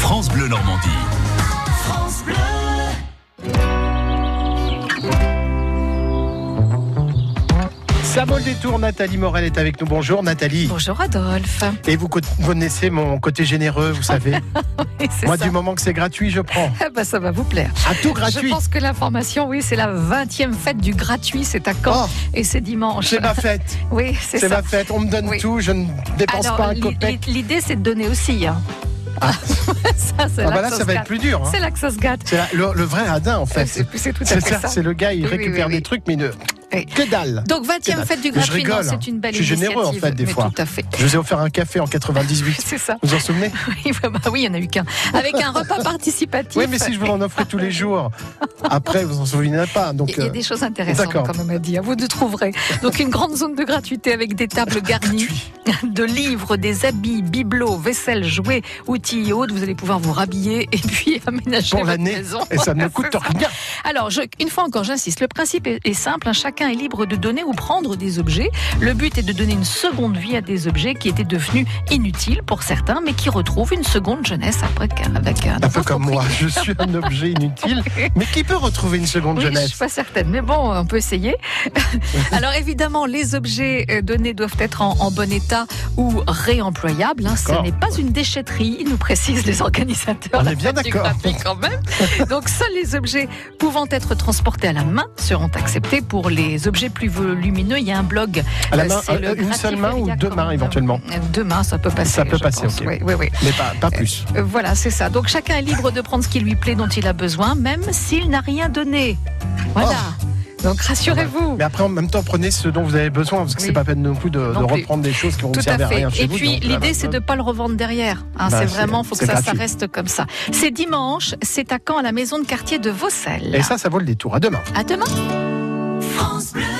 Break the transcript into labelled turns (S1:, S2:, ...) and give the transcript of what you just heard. S1: France Bleu Normandie.
S2: France Bleu.
S3: Ça vaut le détour, Nathalie Morel est avec nous. Bonjour Nathalie.
S4: Bonjour Adolphe.
S3: Et vous co- connaissez mon côté généreux, vous savez.
S4: Et c'est
S3: Moi,
S4: ça.
S3: du moment que c'est gratuit, je prends.
S4: Ah bah, ça va vous plaire.
S3: À tout gratuit.
S4: Je pense que l'information, oui, c'est la 20e fête du gratuit, c'est à Caen
S3: Oh,
S4: et c'est dimanche.
S3: c'est ma fête.
S4: Oui, c'est
S3: C'est
S4: ça.
S3: ma fête. On me donne
S4: Oui.
S3: tout. Je ne dépense
S4: Alors,
S3: pas un
S4: l'i-
S3: copec.
S4: l'i- l'idée, c'est de donner aussi. hein. ça, c'est
S3: Ah bah
S4: là
S3: là,
S4: que
S3: ça
S4: se
S3: va être
S4: gâte.
S3: plus dur. hein.
S4: C'est là que ça se gâte.
S3: C'est la- le, le vrai radin, en
S4: Euh,
S3: fait.
S4: C'est c'est tout à
S3: C'est
S4: fait
S3: ça, c'est le gars, il
S4: Oui, oui,
S3: récupère
S4: oui, oui.
S3: des trucs, mais ne...
S4: Oui.
S3: que dalle.
S4: Donc 20e
S3: C'est
S4: fête du
S3: là. Je
S4: gratuit, non,
S3: rigole, hein.
S4: c'est une belle
S3: Je suis
S4: initiative.
S3: généreux, en fait, des
S4: mais
S3: fois.
S4: Tout à fait.
S3: Je vous ai offert un café en 98.
S4: C'est ça.
S3: Vous vous en souvenez
S4: Oui, bah oui, il n'y en a eu qu'un. Avec un repas participatif.
S3: Oui, mais si je vous en offrais tous les jours, après, vous en souvenez pas. Donc,
S4: Il y a
S3: euh,
S4: des choses intéressantes
S3: d'accord.
S4: quand même à dire. hein, Vous nous trouverez. Donc une grande zone de gratuité avec des
S3: Ah,
S4: tables garnies de livres, des habits, bibelots, vaisselle, jouets, outils et autres. Vous allez pouvoir vous rhabiller et puis aménager
S3: Pour
S4: votre
S3: l'année,
S4: maison.
S3: et ça ne
S4: C'est
S3: coûte
S4: ça.
S3: rien.
S4: Alors, je- une fois encore, j'insiste. Le principe est, est simple. hein. chacun est libre de donner ou prendre des objets. Le but est de donner une seconde vie à des objets qui étaient devenus inutiles pour certains, mais qui retrouvent une seconde jeunesse après qu'un- avec un.
S3: Un peu comme moi, je suis un objet inutile, mais qui peut retrouver une seconde
S4: Oui, je
S3: jeunesse
S4: suis pas certaine, mais bon, on peut essayer. Alors évidemment, les objets euh, donnés doivent être en, en bon état ou réemployables. hein. Ce
S3: D'accord.
S4: n'est pas une déchetterie, nous précisent les organisateurs.
S3: On
S4: La
S3: est bien
S4: fête du
S3: d'accord.
S4: graphique, quand même. Donc seuls les objets pouvant être transportés à la main seront acceptés. Pour les objets plus volumineux, il y a un blog.
S3: À la
S4: euh,
S3: main,
S4: c'est
S3: euh,
S4: le
S3: une seule main ou
S4: Gratiferia
S3: deux
S4: Commune.
S3: mains éventuellement,
S4: Euh, Deux mains, ça peut passer.
S3: Ça peut
S4: je
S3: passer,
S4: pense.
S3: ok.
S4: Oui, oui, oui.
S3: mais pas, pas plus.
S4: Euh, Voilà, c'est ça. Donc chacun est libre de prendre ce qui lui plaît, dont il a besoin, même s'il n'a rien donné. Voilà. Donc rassurez-vous.
S3: Oh. Ah bah, Mais après, en même temps, prenez ce dont vous avez besoin, parce que c'est
S4: Oui.
S3: pas peine non plus de, de
S4: Non plus.
S3: reprendre des choses qui vont
S4: Tout
S3: vous
S4: à
S3: servir à
S4: fait.
S3: rien chez
S4: Et
S3: vous.
S4: puis
S3: donc,
S4: l'idée
S3: voilà.
S4: c'est de ne pas le revendre derrière.
S3: Bah,
S4: hein. c'est
S3: c'est-
S4: vraiment, faut que
S3: c'est
S4: ça, ça
S3: gratuit.
S4: reste comme ça. C'est dimanche, c'est à Caen, à la maison de quartier de Vaucelles.
S3: Et ça, ça vaut le détour. À demain.
S4: À demain.
S2: France Bleu.